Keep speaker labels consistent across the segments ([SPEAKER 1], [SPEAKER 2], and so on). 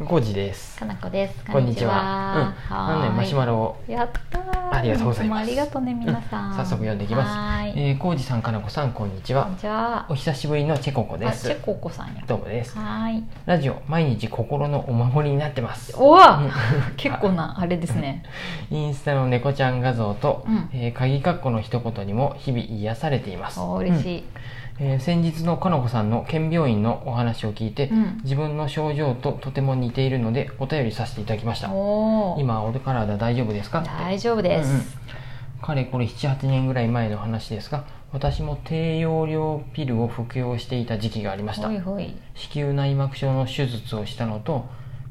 [SPEAKER 1] ゴジです
[SPEAKER 2] かなこです。
[SPEAKER 1] こんにちは
[SPEAKER 2] こんにちは
[SPEAKER 1] うん、なので
[SPEAKER 2] はーい
[SPEAKER 1] マシュマロを、
[SPEAKER 2] やったー。
[SPEAKER 1] ありがとうございます
[SPEAKER 2] つもありがとうね、皆さん。
[SPEAKER 1] うん早速読んでいきます
[SPEAKER 2] はーい。
[SPEAKER 1] えー、コウジさんかなこさんこんにち
[SPEAKER 2] こん
[SPEAKER 1] は
[SPEAKER 2] にちは。
[SPEAKER 1] お久しぶりのチェココで
[SPEAKER 2] あ、
[SPEAKER 1] す
[SPEAKER 2] チェココさんや。
[SPEAKER 1] どうもです
[SPEAKER 2] はーい。
[SPEAKER 1] ラジオ毎日心のお守りになってます
[SPEAKER 2] おわ、
[SPEAKER 1] うん
[SPEAKER 2] 結構なあれですね。
[SPEAKER 1] インスタの猫ちゃん画像と、
[SPEAKER 2] うん
[SPEAKER 1] えー鍵括弧の一言にも日々癒されています
[SPEAKER 2] お嬉しい。
[SPEAKER 1] えー先日のかのこさんの県病院のお話を聞いて、
[SPEAKER 2] うん
[SPEAKER 1] 自分の症状ととても似ているのでお便りさせていただきました
[SPEAKER 2] おお。
[SPEAKER 1] 今お体大丈夫ですかって
[SPEAKER 2] 大丈夫です。
[SPEAKER 1] うんうんかれこれ78年ぐらい前の話ですが私も低用量ピルを服用していた時期がありました
[SPEAKER 2] ほいほい。
[SPEAKER 1] 子宮内膜症の手術をしたのと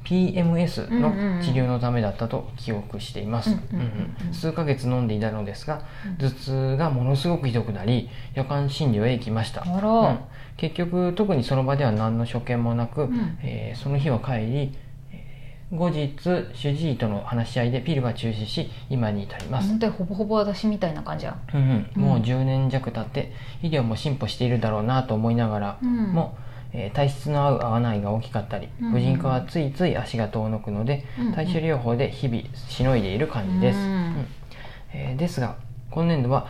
[SPEAKER 1] PMS の治療のためだったと記憶しています
[SPEAKER 2] うんうんうん
[SPEAKER 1] うんうん数ヶ月飲んでいたのですが
[SPEAKER 2] うん
[SPEAKER 1] 頭痛がものすごくひどくなり夜間診療へ行きました、
[SPEAKER 2] あ
[SPEAKER 1] う
[SPEAKER 2] ら
[SPEAKER 1] ん結局特にその場では何の所見もなく、
[SPEAKER 2] ん
[SPEAKER 1] えーその日は帰りえー後日主治医との話し合いでピルは中止し今に至ります、
[SPEAKER 2] 本当にほぼほぼ私みたいな感じや。
[SPEAKER 1] うんうん、もううん10年弱経って医療も進歩しているだろうなと思いながら
[SPEAKER 2] うん
[SPEAKER 1] も、えー体質の合う合わないが大きかったり、
[SPEAKER 2] うん
[SPEAKER 1] 婦人科はついつい足が遠のくので、
[SPEAKER 2] うんうん
[SPEAKER 1] 対処療法で日々しのいでいる感じです、
[SPEAKER 2] うん
[SPEAKER 1] えーですが今年度は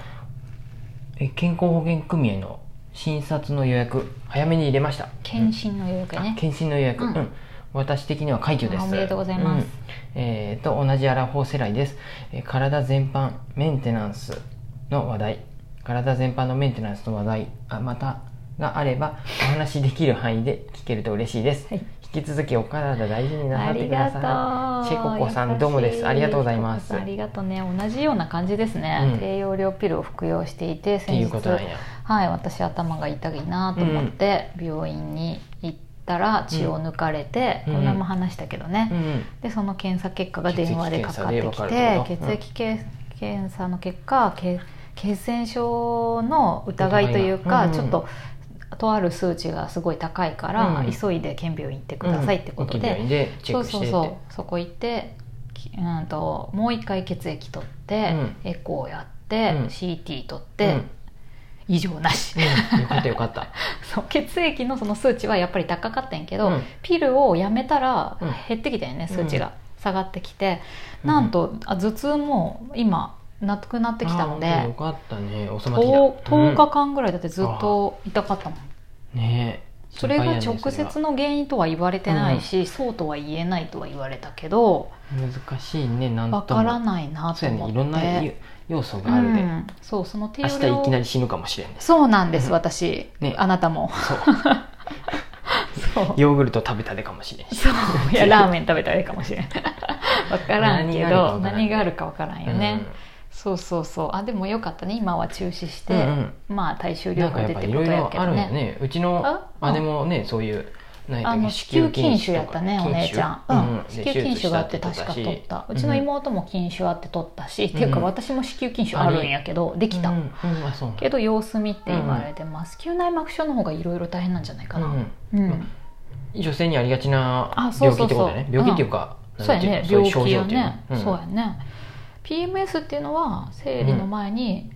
[SPEAKER 1] えー健康保険組合の診察の予約早めに入れました
[SPEAKER 2] 検診の予約
[SPEAKER 1] あ
[SPEAKER 2] ね。
[SPEAKER 1] 検診の予約、う
[SPEAKER 2] うんん
[SPEAKER 1] 私的には快挙です
[SPEAKER 2] あおめでとうございます
[SPEAKER 1] んえーと同じアラフォー世代です、えー体全般メンテナンスの話題体全般のメンテナンスの話題あまたがあればお話しできる範囲で聞けると嬉しいです、
[SPEAKER 2] はい
[SPEAKER 1] 引き続きお体大事になさ
[SPEAKER 2] あ
[SPEAKER 1] って
[SPEAKER 2] り
[SPEAKER 1] くだ
[SPEAKER 2] が
[SPEAKER 1] さい
[SPEAKER 2] と
[SPEAKER 1] チ
[SPEAKER 2] う。
[SPEAKER 1] ェココさ
[SPEAKER 2] 優
[SPEAKER 1] ん
[SPEAKER 2] しい
[SPEAKER 1] どうもですありがとうございます
[SPEAKER 2] チェココさんあ
[SPEAKER 1] っ
[SPEAKER 2] りがとうね。同じような感じですね。
[SPEAKER 1] うん
[SPEAKER 2] 低用量ピルを服用してい
[SPEAKER 1] て
[SPEAKER 2] て、先
[SPEAKER 1] い
[SPEAKER 2] 日
[SPEAKER 1] うことなんや
[SPEAKER 2] はい、私頭が痛いなと思って病院に行ったら血を抜かれて、
[SPEAKER 1] うん
[SPEAKER 2] こんなも話したけどね、
[SPEAKER 1] うん
[SPEAKER 2] でその検査結果が電話でかかっ
[SPEAKER 1] 血液
[SPEAKER 2] て
[SPEAKER 1] 検
[SPEAKER 2] き
[SPEAKER 1] 査で分か
[SPEAKER 2] て
[SPEAKER 1] るってこ
[SPEAKER 2] 血
[SPEAKER 1] と
[SPEAKER 2] 液け検査の結果け血栓症の疑いという
[SPEAKER 1] 疑いが
[SPEAKER 2] か、
[SPEAKER 1] うん
[SPEAKER 2] ちょっととある数値がすごい高いから、
[SPEAKER 1] うん
[SPEAKER 2] 急いで県病院行ってくださいってこ
[SPEAKER 1] う
[SPEAKER 2] と
[SPEAKER 1] んご近所に
[SPEAKER 2] で、
[SPEAKER 1] でチェ
[SPEAKER 2] そ
[SPEAKER 1] ッ
[SPEAKER 2] う
[SPEAKER 1] クして
[SPEAKER 2] そ
[SPEAKER 1] っ
[SPEAKER 2] う
[SPEAKER 1] て
[SPEAKER 2] そうそこ行って、きうん、ともう一回血液取って、エコーやって、
[SPEAKER 1] うん
[SPEAKER 2] CT 取っ
[SPEAKER 1] うん
[SPEAKER 2] て、異常なし。
[SPEAKER 1] うんよかったよかった
[SPEAKER 2] そう血液のその数値はやっぱり高かったんやけど、
[SPEAKER 1] うん
[SPEAKER 2] ピルをやめたら
[SPEAKER 1] うん
[SPEAKER 2] 減ってきたよね、数値が下がってきて、
[SPEAKER 1] うん
[SPEAKER 2] なんとあ頭痛も今なくなってきたの
[SPEAKER 1] あーよ
[SPEAKER 2] で、
[SPEAKER 1] かったね収まってきたう
[SPEAKER 2] 10 10日
[SPEAKER 1] ん
[SPEAKER 2] 間ぐらいだってずっと痛かったもん、
[SPEAKER 1] ねえ
[SPEAKER 2] それが
[SPEAKER 1] 心
[SPEAKER 2] 直
[SPEAKER 1] 配やねそ
[SPEAKER 2] 接の原因とは言われてないし、そうとは言えないとは言われたけど
[SPEAKER 1] れは難しいねなんとも
[SPEAKER 2] わからないなと
[SPEAKER 1] そうや
[SPEAKER 2] 思っ
[SPEAKER 1] ね
[SPEAKER 2] て
[SPEAKER 1] いろんなゆ要素があるで、
[SPEAKER 2] うんそうその低
[SPEAKER 1] 明
[SPEAKER 2] 用
[SPEAKER 1] 日いき
[SPEAKER 2] 量
[SPEAKER 1] なり死ぬかもしれんです
[SPEAKER 2] そうなんで
[SPEAKER 1] う
[SPEAKER 2] す
[SPEAKER 1] ん
[SPEAKER 2] 私、
[SPEAKER 1] ね
[SPEAKER 2] あなたも
[SPEAKER 1] そう
[SPEAKER 2] そう
[SPEAKER 1] ヨーグルト食べたでかもしれんし
[SPEAKER 2] そう いやラーメン食べたらいいかもしれないわからんけど
[SPEAKER 1] 何
[SPEAKER 2] 何
[SPEAKER 1] が
[SPEAKER 2] が
[SPEAKER 1] あ
[SPEAKER 2] あ
[SPEAKER 1] る
[SPEAKER 2] るかわからんよね、そうそうそうあでもよかったね今は中止して、
[SPEAKER 1] うん
[SPEAKER 2] まあ大衆
[SPEAKER 1] うん
[SPEAKER 2] 療
[SPEAKER 1] なん
[SPEAKER 2] 法
[SPEAKER 1] かや
[SPEAKER 2] で
[SPEAKER 1] っ
[SPEAKER 2] っ
[SPEAKER 1] ぱ
[SPEAKER 2] て
[SPEAKER 1] い
[SPEAKER 2] こ
[SPEAKER 1] ろ
[SPEAKER 2] と
[SPEAKER 1] い
[SPEAKER 2] や
[SPEAKER 1] ろ
[SPEAKER 2] け
[SPEAKER 1] あ
[SPEAKER 2] ど
[SPEAKER 1] るんや
[SPEAKER 2] ね
[SPEAKER 1] ねうちの
[SPEAKER 2] あ
[SPEAKER 1] 姉もねそういうなんや
[SPEAKER 2] あ
[SPEAKER 1] ったっけ
[SPEAKER 2] の子宮筋腫やったねお
[SPEAKER 1] 筋腫
[SPEAKER 2] 姉ちゃん、うん、
[SPEAKER 1] で
[SPEAKER 2] 子宮筋腫があって
[SPEAKER 1] 手術
[SPEAKER 2] 確
[SPEAKER 1] したて
[SPEAKER 2] か取
[SPEAKER 1] 言
[SPEAKER 2] った
[SPEAKER 1] し
[SPEAKER 2] うちの妹も筋腫あって取ったし、っていうか
[SPEAKER 1] うん
[SPEAKER 2] 私も子宮筋腫あるんやけどできた、
[SPEAKER 1] うんうんあそうなん
[SPEAKER 2] けど様子見って言われてます、子宮内膜症の方がいろいろ大変なんじゃないかな、
[SPEAKER 1] うん
[SPEAKER 2] うん
[SPEAKER 1] ま女性にありがちな
[SPEAKER 2] あそう
[SPEAKER 1] 病気
[SPEAKER 2] そ
[SPEAKER 1] っ
[SPEAKER 2] う
[SPEAKER 1] てこと
[SPEAKER 2] そう
[SPEAKER 1] だね病気っていうか、
[SPEAKER 2] そう
[SPEAKER 1] なん
[SPEAKER 2] や
[SPEAKER 1] ていうの
[SPEAKER 2] ね病
[SPEAKER 1] そう
[SPEAKER 2] 気
[SPEAKER 1] いう症状
[SPEAKER 2] や
[SPEAKER 1] っていうの
[SPEAKER 2] ね、
[SPEAKER 1] ん
[SPEAKER 2] そうやね PMS っていうのは生理の前に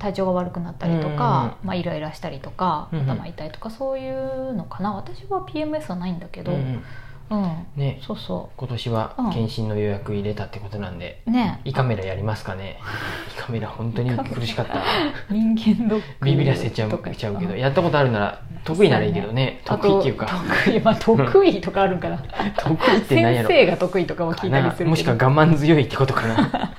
[SPEAKER 2] 体調が悪くなったりとか、まあ、イライラしたりとか
[SPEAKER 1] うんうん
[SPEAKER 2] 頭痛いとかそういうのかな私は PMS はないんだけど、
[SPEAKER 1] う
[SPEAKER 2] うんん
[SPEAKER 1] ね
[SPEAKER 2] そうそ
[SPEAKER 1] 今年は
[SPEAKER 2] うん
[SPEAKER 1] 検診の予約入れたってことなんで、
[SPEAKER 2] うね
[SPEAKER 1] 胃カメラやりますか ね胃カメラ本当に苦しかった
[SPEAKER 2] 人間ドック
[SPEAKER 1] ビビらせちゃ
[SPEAKER 2] と
[SPEAKER 1] う
[SPEAKER 2] か
[SPEAKER 1] ちゃうけど
[SPEAKER 2] ん
[SPEAKER 1] やったことあるなら得意ならいいけどね
[SPEAKER 2] あ
[SPEAKER 1] 得意
[SPEAKER 2] と
[SPEAKER 1] っていうか
[SPEAKER 2] 得意まあ得意とかあるんかな
[SPEAKER 1] 得意って何や
[SPEAKER 2] 先
[SPEAKER 1] ろ
[SPEAKER 2] 生が得意とかも聞いたりするけど
[SPEAKER 1] もしくは我慢強いってことかな、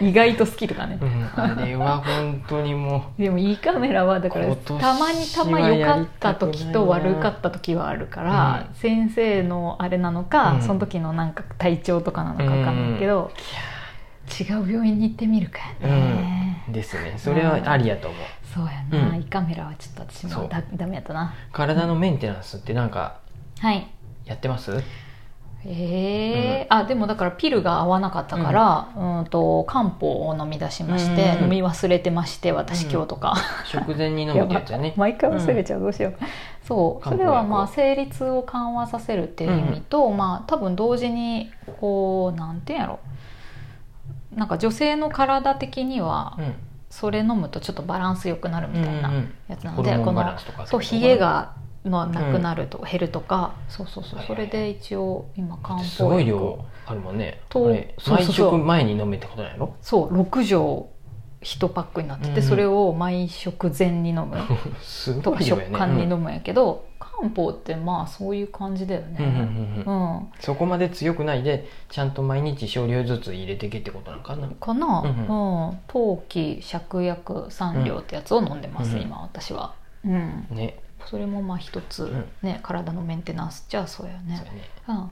[SPEAKER 2] 意外と好きとかね、
[SPEAKER 1] うん、あれは本当にも
[SPEAKER 2] でもいいカメラはだから
[SPEAKER 1] 今年は
[SPEAKER 2] たまにたま良かった時と悪かった時はあるから、
[SPEAKER 1] うん
[SPEAKER 2] 先生のあれなのか、
[SPEAKER 1] うん
[SPEAKER 2] その時のなんか体調とかなのかわかんないけど、違う病院に行ってみるかやね、
[SPEAKER 1] うですねそれはありやと思う
[SPEAKER 2] そうやな、
[SPEAKER 1] うん
[SPEAKER 2] 胃カメラはちょっと私
[SPEAKER 1] そう
[SPEAKER 2] もだダメやったな
[SPEAKER 1] 体のメンテナンスってなんか
[SPEAKER 2] はい
[SPEAKER 1] やってます
[SPEAKER 2] えーあでもだからピルが合わなかったから、うん、と漢方を飲み出しまして、
[SPEAKER 1] うん
[SPEAKER 2] 飲み忘れてまして私
[SPEAKER 1] うん
[SPEAKER 2] 今日とか、
[SPEAKER 1] 食前に飲むってやつやね
[SPEAKER 2] 毎回忘れちゃう、どうしようそう
[SPEAKER 1] 漢方
[SPEAKER 2] そ
[SPEAKER 1] 薬
[SPEAKER 2] れはまあ生理痛を緩和させるっていう意味と、まあ多分同時にこうなんていうんやろなんか女性の体的には
[SPEAKER 1] うん
[SPEAKER 2] それ飲むとちょっとバランス良くなるみたいな
[SPEAKER 1] うんうん
[SPEAKER 2] やつな
[SPEAKER 1] ホ
[SPEAKER 2] ので、
[SPEAKER 1] ルモ
[SPEAKER 2] こ
[SPEAKER 1] ンバ
[SPEAKER 2] の
[SPEAKER 1] ランスとか
[SPEAKER 2] そう
[SPEAKER 1] そうい
[SPEAKER 2] 冷
[SPEAKER 1] うの
[SPEAKER 2] えがのなくなると、減るとかそうそうそう
[SPEAKER 1] はい
[SPEAKER 2] そ
[SPEAKER 1] はいはい
[SPEAKER 2] れで一応今漢方薬
[SPEAKER 1] すごい量あるもんね
[SPEAKER 2] と
[SPEAKER 1] あれ
[SPEAKER 2] そう
[SPEAKER 1] 毎
[SPEAKER 2] そうそう
[SPEAKER 1] 食前に飲めってことなんやろ
[SPEAKER 2] そう6錠1パックになって
[SPEAKER 1] う
[SPEAKER 2] て、
[SPEAKER 1] ん
[SPEAKER 2] それを毎食前に飲む
[SPEAKER 1] す
[SPEAKER 2] と
[SPEAKER 1] ご
[SPEAKER 2] か
[SPEAKER 1] い量
[SPEAKER 2] 食
[SPEAKER 1] やね
[SPEAKER 2] 感に飲むんやけど、漢方ってまあそういう感じだよ
[SPEAKER 1] うんうんうん
[SPEAKER 2] ね、
[SPEAKER 1] うんうん
[SPEAKER 2] うん
[SPEAKER 1] そこまで強くないでちゃんと毎日少量ずつ入れてけってことなのかな
[SPEAKER 2] かな、
[SPEAKER 1] う
[SPEAKER 2] うんん陶器芍薬三両ってやつを飲んでます、
[SPEAKER 1] うん
[SPEAKER 2] 今私は、うん、
[SPEAKER 1] ね
[SPEAKER 2] それもまあ一つ、
[SPEAKER 1] ん
[SPEAKER 2] ね体のメンテナンスじゃあそうや
[SPEAKER 1] そう
[SPEAKER 2] ね
[SPEAKER 1] やね
[SPEAKER 2] うん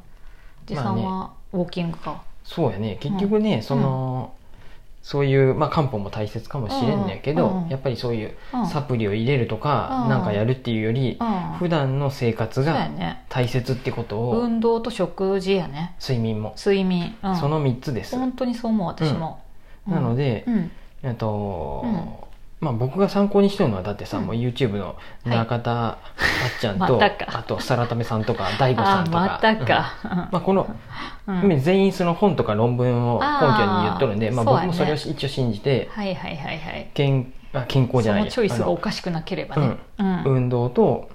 [SPEAKER 2] じさんはウォーキングか、
[SPEAKER 1] そうやね結局ね、その、そういう、まあ、漢方も大切かもしれんねんけど、
[SPEAKER 2] うんうん
[SPEAKER 1] やっぱりそういう
[SPEAKER 2] うん
[SPEAKER 1] サプリを入れるとか、
[SPEAKER 2] うん
[SPEAKER 1] なんかやるっていうより、
[SPEAKER 2] うん
[SPEAKER 1] 普段の生活
[SPEAKER 2] そう
[SPEAKER 1] が
[SPEAKER 2] やね
[SPEAKER 1] 大切ってことを、
[SPEAKER 2] 運動と食事やね
[SPEAKER 1] 睡眠も、
[SPEAKER 2] 睡眠、うん、
[SPEAKER 1] その3つです、
[SPEAKER 2] 本当にそう思う私も、
[SPEAKER 1] なの
[SPEAKER 2] で
[SPEAKER 1] で、
[SPEAKER 2] うん
[SPEAKER 1] えっと、
[SPEAKER 2] うん
[SPEAKER 1] まあ、僕が参考にしてるのはだってさ、
[SPEAKER 2] うん
[SPEAKER 1] もう YouTube の中田、あっちゃんと、
[SPEAKER 2] またか
[SPEAKER 1] あとサラタメさんとか大悟さ
[SPEAKER 2] あ
[SPEAKER 1] んとか
[SPEAKER 2] また
[SPEAKER 1] うん
[SPEAKER 2] か、
[SPEAKER 1] まあ、この
[SPEAKER 2] うんうん
[SPEAKER 1] 全員その本とか論文を根拠に言っとるんで
[SPEAKER 2] あー
[SPEAKER 1] まあ、
[SPEAKER 2] そう
[SPEAKER 1] 僕
[SPEAKER 2] やね
[SPEAKER 1] もそれを一応信じて
[SPEAKER 2] はいはいはいはい
[SPEAKER 1] 健あ健康じ
[SPEAKER 2] そ
[SPEAKER 1] ゃない
[SPEAKER 2] の
[SPEAKER 1] や
[SPEAKER 2] チョイス
[SPEAKER 1] あ
[SPEAKER 2] がお
[SPEAKER 1] の
[SPEAKER 2] かしくなければねうん、うん
[SPEAKER 1] 運動と,、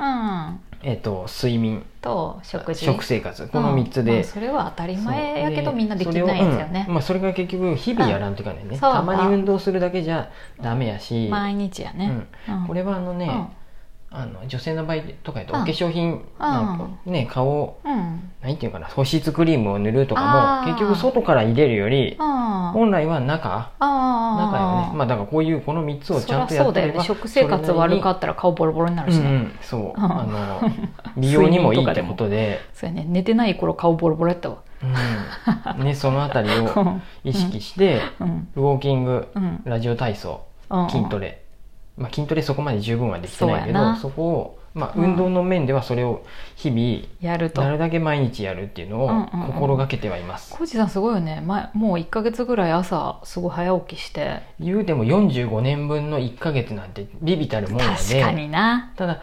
[SPEAKER 1] えっと睡眠
[SPEAKER 2] と食事
[SPEAKER 1] 食生活この3つで、
[SPEAKER 2] うんまあそれは当たり前やけど
[SPEAKER 1] そう
[SPEAKER 2] みんなできないやつよね
[SPEAKER 1] それを、うんまあ、それが結局日々やらんといかないね、
[SPEAKER 2] うんそう
[SPEAKER 1] たまに運動するだけじゃダメやし、
[SPEAKER 2] 毎日やね、
[SPEAKER 1] うんこれはあのね、
[SPEAKER 2] うん
[SPEAKER 1] あの女性の場合とかやとお
[SPEAKER 2] うん
[SPEAKER 1] 化粧品なんかね、顔
[SPEAKER 2] うん
[SPEAKER 1] なんていうかな保湿クリームを塗るとか
[SPEAKER 2] あ
[SPEAKER 1] も
[SPEAKER 2] ー
[SPEAKER 1] 結局外から入れるより
[SPEAKER 2] あー
[SPEAKER 1] 本来は中中よね
[SPEAKER 2] あ
[SPEAKER 1] まあだからこういうこの3つをちゃんと
[SPEAKER 2] そりゃ
[SPEAKER 1] や
[SPEAKER 2] そ
[SPEAKER 1] っ
[SPEAKER 2] う
[SPEAKER 1] てれ
[SPEAKER 2] だよ
[SPEAKER 1] ば
[SPEAKER 2] ね食生活悪か
[SPEAKER 1] っ
[SPEAKER 2] ったら顔ボロボロにな
[SPEAKER 1] た
[SPEAKER 2] るしね、
[SPEAKER 1] うんうん、そう
[SPEAKER 2] うん
[SPEAKER 1] あの美容にもいいってことで
[SPEAKER 2] そうやね寝てない頃顔ボロボロやったわ
[SPEAKER 1] うんね、そのあたり を意識して、
[SPEAKER 2] うん
[SPEAKER 1] ウォーキング
[SPEAKER 2] うん
[SPEAKER 1] ラジオ体操
[SPEAKER 2] うん
[SPEAKER 1] 筋トレ、まあ、筋トレそこまで十分はできてないけ
[SPEAKER 2] そうや
[SPEAKER 1] ど
[SPEAKER 2] な
[SPEAKER 1] そこを、まあ、
[SPEAKER 2] うん
[SPEAKER 1] 運動の面ではそれを日々
[SPEAKER 2] やると
[SPEAKER 1] なるだけ毎日やるっていうの
[SPEAKER 2] うんうんうん
[SPEAKER 1] を心がけてはいます、
[SPEAKER 2] 浩二さんすごいよね前もう1か月ぐらい朝すごい早起きして
[SPEAKER 1] 言うても45年分の1ヶ月なんてビビたるもんや
[SPEAKER 2] 確か
[SPEAKER 1] で
[SPEAKER 2] にな
[SPEAKER 1] ただ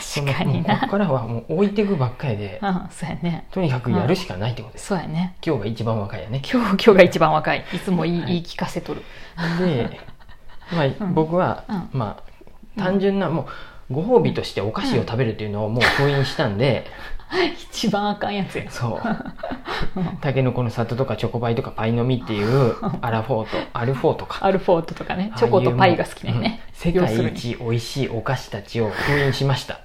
[SPEAKER 1] そ
[SPEAKER 2] 確
[SPEAKER 1] の
[SPEAKER 2] か
[SPEAKER 1] も
[SPEAKER 2] に
[SPEAKER 1] うここ
[SPEAKER 2] な
[SPEAKER 1] からはもう置いていくばっかりで
[SPEAKER 2] うんそうやね
[SPEAKER 1] とにかくやるしかないってことです、
[SPEAKER 2] そうやね
[SPEAKER 1] 今日が一番若いよね
[SPEAKER 2] 今日今日が一番若いいつも言い,、
[SPEAKER 1] はい
[SPEAKER 2] 言い聞かせとる
[SPEAKER 1] で、まあ、
[SPEAKER 2] ん
[SPEAKER 1] 僕は、
[SPEAKER 2] う
[SPEAKER 1] まあ単純なもうご褒美としてお菓子を食べるっていうのをもう封印したん で、
[SPEAKER 2] 一番あかんやつや
[SPEAKER 1] そうたけのこの里とかチョコパイとかパイの実っていうアラフォートアルフォーとか
[SPEAKER 2] アルフォートとかねチョコとパイが好きだよね
[SPEAKER 1] ああいうもううん世界一美味しいお菓子たちを封印しま した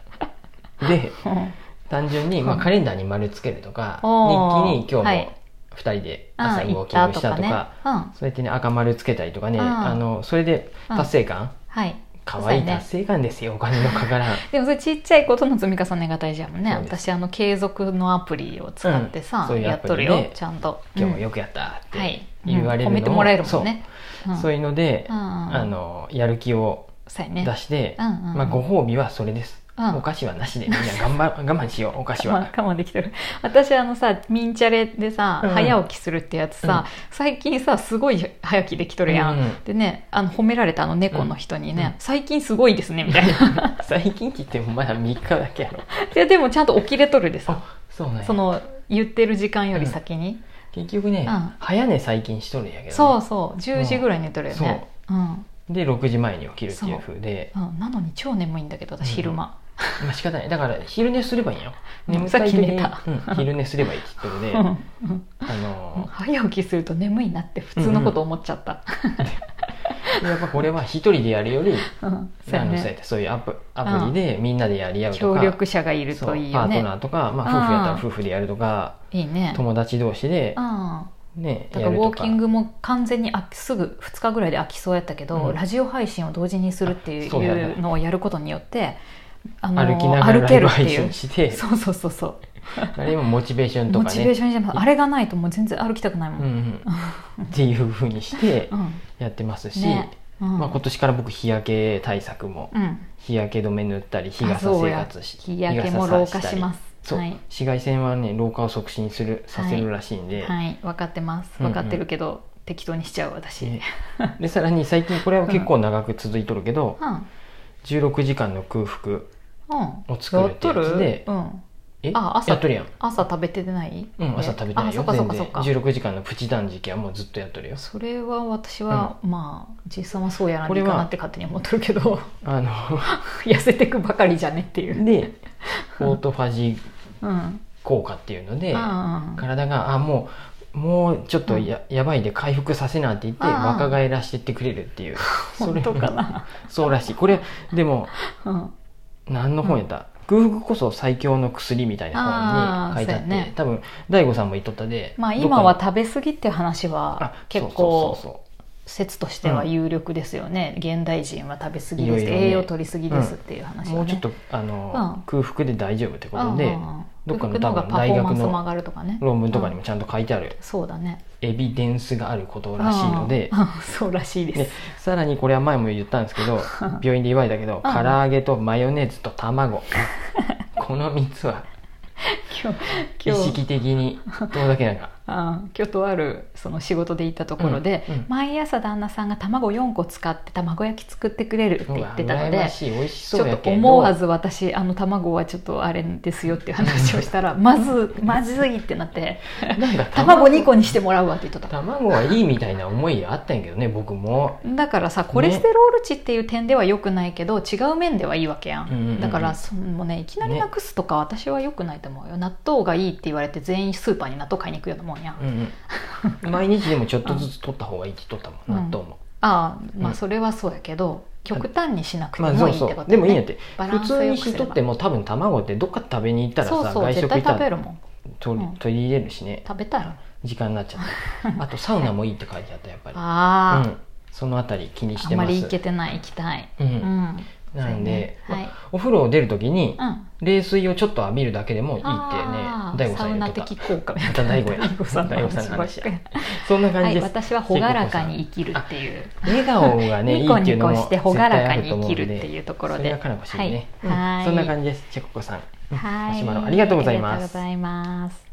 [SPEAKER 1] で
[SPEAKER 2] うん
[SPEAKER 1] 単純に、まあ、カレンダーに丸つけるとか日
[SPEAKER 2] おー
[SPEAKER 1] 記に今
[SPEAKER 2] は
[SPEAKER 1] 日も
[SPEAKER 2] い
[SPEAKER 1] 2人で
[SPEAKER 2] あ
[SPEAKER 1] 朝ウ
[SPEAKER 2] 行
[SPEAKER 1] ォー
[SPEAKER 2] っ
[SPEAKER 1] キン
[SPEAKER 2] た
[SPEAKER 1] グ
[SPEAKER 2] と
[SPEAKER 1] した
[SPEAKER 2] か
[SPEAKER 1] と
[SPEAKER 2] ね
[SPEAKER 1] か
[SPEAKER 2] うん
[SPEAKER 1] そうやってね赤丸つけたりとかね
[SPEAKER 2] うん
[SPEAKER 1] あのそれで達成感
[SPEAKER 2] はい
[SPEAKER 1] 可愛い
[SPEAKER 2] そうやね
[SPEAKER 1] 達成感ですよお金のかからん
[SPEAKER 2] でもそれちっちゃいことの積み重ねが大事やもんね
[SPEAKER 1] そうです
[SPEAKER 2] 私あの継続のアプリを使って
[SPEAKER 1] うん
[SPEAKER 2] さ、
[SPEAKER 1] そういう
[SPEAKER 2] や
[SPEAKER 1] ア
[SPEAKER 2] っ
[SPEAKER 1] プ
[SPEAKER 2] と
[SPEAKER 1] リ
[SPEAKER 2] る
[SPEAKER 1] ね
[SPEAKER 2] よちゃんと
[SPEAKER 1] 今日も
[SPEAKER 2] よ
[SPEAKER 1] よくやったっ
[SPEAKER 2] うん、はい
[SPEAKER 1] て言われる
[SPEAKER 2] うん、褒めて
[SPEAKER 1] の
[SPEAKER 2] もらえる
[SPEAKER 1] そ
[SPEAKER 2] も
[SPEAKER 1] うん
[SPEAKER 2] ねん
[SPEAKER 1] そういうので
[SPEAKER 2] うんうん
[SPEAKER 1] あのやる気を
[SPEAKER 2] そうやね
[SPEAKER 1] 出して、
[SPEAKER 2] うんうんうん
[SPEAKER 1] まあ、ご褒美はそれです、
[SPEAKER 2] うん
[SPEAKER 1] お菓子はなしでみんな 頑張我慢しようお菓子
[SPEAKER 2] まあ
[SPEAKER 1] は、
[SPEAKER 2] 我慢できてる 私あのさミンチャレでさ、
[SPEAKER 1] うん
[SPEAKER 2] 早起きするってやつさ、最近さすごい早起きできとるやん、
[SPEAKER 1] うん
[SPEAKER 2] でねあの褒められたあの猫の人にね、
[SPEAKER 1] う
[SPEAKER 2] 最近すごいですねみたいな
[SPEAKER 1] 最近って言ってもまだ3日だけやろ
[SPEAKER 2] ででもちゃんと起きれとるでさ
[SPEAKER 1] あそうなんや
[SPEAKER 2] その言ってる時間より先に、
[SPEAKER 1] 結局ね、
[SPEAKER 2] うん
[SPEAKER 1] 早寝最近しとるんやけどね、
[SPEAKER 2] そうそう10時ぐらいに寝とるよね、うん
[SPEAKER 1] で6時前に起きるっていうふうで、
[SPEAKER 2] うん、なのに超眠いんだけど私昼間、
[SPEAKER 1] まあ、仕方ないだから昼寝すればいいんよ
[SPEAKER 2] うん
[SPEAKER 1] 眠たい時に、
[SPEAKER 2] さっき寝た
[SPEAKER 1] うん 昼寝すればいいって言っとるで、
[SPEAKER 2] うん
[SPEAKER 1] あ
[SPEAKER 2] うん
[SPEAKER 1] の
[SPEAKER 2] 早起きすると眠いなって普通のこと思っちゃった、
[SPEAKER 1] ーやっぱこれは一人でやるより
[SPEAKER 2] うん そうや
[SPEAKER 1] あのそうやっ
[SPEAKER 2] ね
[SPEAKER 1] てそういうアプアプリでみんなでやり合うとか、
[SPEAKER 2] 協力者がいるといい
[SPEAKER 1] そうパー
[SPEAKER 2] よ
[SPEAKER 1] ト
[SPEAKER 2] ね
[SPEAKER 1] ナーとか、まあ、夫婦やったら
[SPEAKER 2] うん
[SPEAKER 1] 夫婦でやるとか、
[SPEAKER 2] いいね
[SPEAKER 1] 友達同士で
[SPEAKER 2] うん
[SPEAKER 1] ね
[SPEAKER 2] だ
[SPEAKER 1] や
[SPEAKER 2] からウ
[SPEAKER 1] ると
[SPEAKER 2] ォーキングも完全に飽きすぐ2日ぐらいで飽きそうやったけど、
[SPEAKER 1] うん
[SPEAKER 2] ラジオ配信を同時にするってい
[SPEAKER 1] あそうやね
[SPEAKER 2] うのをやることによってあの
[SPEAKER 1] 歩きながら
[SPEAKER 2] 歩
[SPEAKER 1] ライ
[SPEAKER 2] ける
[SPEAKER 1] ブ
[SPEAKER 2] って
[SPEAKER 1] 配
[SPEAKER 2] いう
[SPEAKER 1] 信して
[SPEAKER 2] そうそうそうそう
[SPEAKER 1] あれもモチベーションと
[SPEAKER 2] モ
[SPEAKER 1] か
[SPEAKER 2] チベー
[SPEAKER 1] ね
[SPEAKER 2] ションにしてますあれがないともう全然歩きたくないも
[SPEAKER 1] うん
[SPEAKER 2] ん、
[SPEAKER 1] うんっていうふうにして
[SPEAKER 2] うん
[SPEAKER 1] やってますし、
[SPEAKER 2] ねうん
[SPEAKER 1] まあ、今年から僕日焼け対策も
[SPEAKER 2] うん
[SPEAKER 1] 日焼け止め塗ったり日傘生活し
[SPEAKER 2] あそうや日焼けも
[SPEAKER 1] 日傘
[SPEAKER 2] 老
[SPEAKER 1] さ
[SPEAKER 2] 化
[SPEAKER 1] した
[SPEAKER 2] し
[SPEAKER 1] り
[SPEAKER 2] ます
[SPEAKER 1] そう、
[SPEAKER 2] はい
[SPEAKER 1] 紫外線はね老化を促進するさせるらしいんで、
[SPEAKER 2] はい分かってます
[SPEAKER 1] うんうん
[SPEAKER 2] 分かってるけど、適当にしちゃう私、
[SPEAKER 1] ねでさらに最近これは結構長く続いとるけど、
[SPEAKER 2] うんうん
[SPEAKER 1] 16時間の空腹お作るってやつで
[SPEAKER 2] やっとるうん、
[SPEAKER 1] え
[SPEAKER 2] あ朝
[SPEAKER 1] やっとるやん
[SPEAKER 2] 朝食べてない、
[SPEAKER 1] うん、朝食べてないよ
[SPEAKER 2] あそっかそ
[SPEAKER 1] 全
[SPEAKER 2] っかそ
[SPEAKER 1] 然
[SPEAKER 2] っか
[SPEAKER 1] 16時間のプチ断食はもうずっとやっとるよ
[SPEAKER 2] それは私は、まあ実際はそうやら
[SPEAKER 1] これ
[SPEAKER 2] ない
[SPEAKER 1] は
[SPEAKER 2] かなって勝手に思ってるけど
[SPEAKER 1] あ
[SPEAKER 2] 痩せてくばかりじゃねってい
[SPEAKER 1] の
[SPEAKER 2] う
[SPEAKER 1] でオートファジー
[SPEAKER 2] うん
[SPEAKER 1] 効果っていうので、
[SPEAKER 2] ああ
[SPEAKER 1] 体があもうもうちょっとや,、やばいで回復させなって言って
[SPEAKER 2] うんうん
[SPEAKER 1] 若返らしてってくれるっていうそれ
[SPEAKER 2] 本当 かな
[SPEAKER 1] そうらしいこれでも
[SPEAKER 2] うん
[SPEAKER 1] 何の本やった、空腹こそ最強の薬みたいな本に書いてあっ
[SPEAKER 2] あー
[SPEAKER 1] て
[SPEAKER 2] そうやね
[SPEAKER 1] 多分大悟さんも言っとったで
[SPEAKER 2] まあ
[SPEAKER 1] どっか
[SPEAKER 2] 今
[SPEAKER 1] に
[SPEAKER 2] は食べ過ぎっていう話は
[SPEAKER 1] あ
[SPEAKER 2] 結
[SPEAKER 1] そう
[SPEAKER 2] 構
[SPEAKER 1] そうそうそう
[SPEAKER 2] 説としては有力ですよね、現代人は食べ過ぎです
[SPEAKER 1] いろいろね
[SPEAKER 2] 栄養取り過ぎですっていう話は、ね
[SPEAKER 1] もうちょっとあの、
[SPEAKER 2] うん
[SPEAKER 1] 空腹で大丈夫ってこと
[SPEAKER 2] う
[SPEAKER 1] で
[SPEAKER 2] んうんうん
[SPEAKER 1] どっかの
[SPEAKER 2] 空腹
[SPEAKER 1] 多分
[SPEAKER 2] 方がパフォーマンス
[SPEAKER 1] 大学の
[SPEAKER 2] も上がるとかね
[SPEAKER 1] 論文とかに
[SPEAKER 2] も、
[SPEAKER 1] もちゃんと書いてある
[SPEAKER 2] うんそうだね
[SPEAKER 1] エビデンスがあることらしいので
[SPEAKER 2] うんうんそうらしいです、
[SPEAKER 1] でさらにこれは前も言ったんですけ ど病院で言われたけど
[SPEAKER 2] うん
[SPEAKER 1] 唐揚げとマヨネーズと 卵この3つは
[SPEAKER 2] 今日
[SPEAKER 1] 意
[SPEAKER 2] 今日
[SPEAKER 1] 識的にどうだけ なんか
[SPEAKER 2] あ今日とあるその仕事で行ったところで、
[SPEAKER 1] うんうん
[SPEAKER 2] 毎朝旦那さんが卵4個使って卵焼き作ってくれるって言ってたの
[SPEAKER 1] うわ羨
[SPEAKER 2] で
[SPEAKER 1] ましい美味し
[SPEAKER 2] ち
[SPEAKER 1] そ
[SPEAKER 2] ょ
[SPEAKER 1] うや
[SPEAKER 2] っと
[SPEAKER 1] けど
[SPEAKER 2] 思わず私あの卵はちょっとあれですよっていう話をしたらまずまずいってなって
[SPEAKER 1] なんか
[SPEAKER 2] 卵2個にしてもらうわって言ってた
[SPEAKER 1] 卵はいいみたいな思いあったんやけどね僕も
[SPEAKER 2] だからさコレステロール値っていう点では良くないけど、違う面ではいいわけやん,、
[SPEAKER 1] うんうんうん
[SPEAKER 2] だからそのねいきなりなくすとか私は良くないと思うよ、納豆がいいって言われて全員スーパーに納豆買いに行くようなもんやん、
[SPEAKER 1] うん うん毎日でもちょっとずつ取った方がいいって取ったもん納豆も
[SPEAKER 2] ああま
[SPEAKER 1] う
[SPEAKER 2] あ
[SPEAKER 1] ん
[SPEAKER 2] それはそうやけど極端にしなくて
[SPEAKER 1] ま
[SPEAKER 2] もい
[SPEAKER 1] あ
[SPEAKER 2] いっ
[SPEAKER 1] そう
[SPEAKER 2] てこ
[SPEAKER 1] そ
[SPEAKER 2] と
[SPEAKER 1] うで
[SPEAKER 2] ね
[SPEAKER 1] もいいんやって
[SPEAKER 2] バラ
[SPEAKER 1] 普
[SPEAKER 2] ンスを
[SPEAKER 1] 通
[SPEAKER 2] 良
[SPEAKER 1] に
[SPEAKER 2] くす
[SPEAKER 1] し
[SPEAKER 2] れば
[SPEAKER 1] とっても多分卵ってどっか食べに行ったら
[SPEAKER 2] そう
[SPEAKER 1] さ
[SPEAKER 2] そう
[SPEAKER 1] 外
[SPEAKER 2] 絶
[SPEAKER 1] 食行
[SPEAKER 2] 対
[SPEAKER 1] っ
[SPEAKER 2] 食
[SPEAKER 1] た
[SPEAKER 2] べ
[SPEAKER 1] ら
[SPEAKER 2] るもん
[SPEAKER 1] 取り
[SPEAKER 2] うん
[SPEAKER 1] 取り入れるしね
[SPEAKER 2] 食べたら
[SPEAKER 1] 時間になっちゃった あとサウナもいいって書いてあったやっぱり
[SPEAKER 2] あ
[SPEAKER 1] う
[SPEAKER 2] あ、
[SPEAKER 1] ん、そのあたり気にし
[SPEAKER 2] あ
[SPEAKER 1] て
[SPEAKER 2] んま
[SPEAKER 1] ます
[SPEAKER 2] り行けてない行きたい、
[SPEAKER 1] う、
[SPEAKER 2] うんん、
[SPEAKER 1] なんで、
[SPEAKER 2] そうねはい
[SPEAKER 1] まあお風呂を出るときに
[SPEAKER 2] うん
[SPEAKER 1] 冷水をちょっと浴びるだけでもいいってね
[SPEAKER 2] あー
[SPEAKER 1] 大悟
[SPEAKER 2] サ
[SPEAKER 1] さ
[SPEAKER 2] ウ
[SPEAKER 1] ん言
[SPEAKER 2] ナ
[SPEAKER 1] っとった
[SPEAKER 2] 的効果み
[SPEAKER 1] また大悟や
[SPEAKER 2] 大悟さんの
[SPEAKER 1] 大悟さん
[SPEAKER 2] 話
[SPEAKER 1] の
[SPEAKER 2] ばっ
[SPEAKER 1] 話や
[SPEAKER 2] かり
[SPEAKER 1] そんな 感
[SPEAKER 2] は
[SPEAKER 1] じで
[SPEAKER 2] い、
[SPEAKER 1] す、
[SPEAKER 2] 私は朗らかに生きるっていう
[SPEAKER 1] 笑顔がねい
[SPEAKER 2] ニ
[SPEAKER 1] い
[SPEAKER 2] コ
[SPEAKER 1] っていう
[SPEAKER 2] ニ
[SPEAKER 1] の
[SPEAKER 2] コ
[SPEAKER 1] も
[SPEAKER 2] して朗らかに生きるっていうところ
[SPEAKER 1] それが
[SPEAKER 2] で
[SPEAKER 1] かなこしいね、
[SPEAKER 2] は
[SPEAKER 1] う
[SPEAKER 2] い
[SPEAKER 1] んそんな感じですチェココさん、うん
[SPEAKER 2] はい
[SPEAKER 1] マシュマロありがとうございます
[SPEAKER 2] ありがとうございます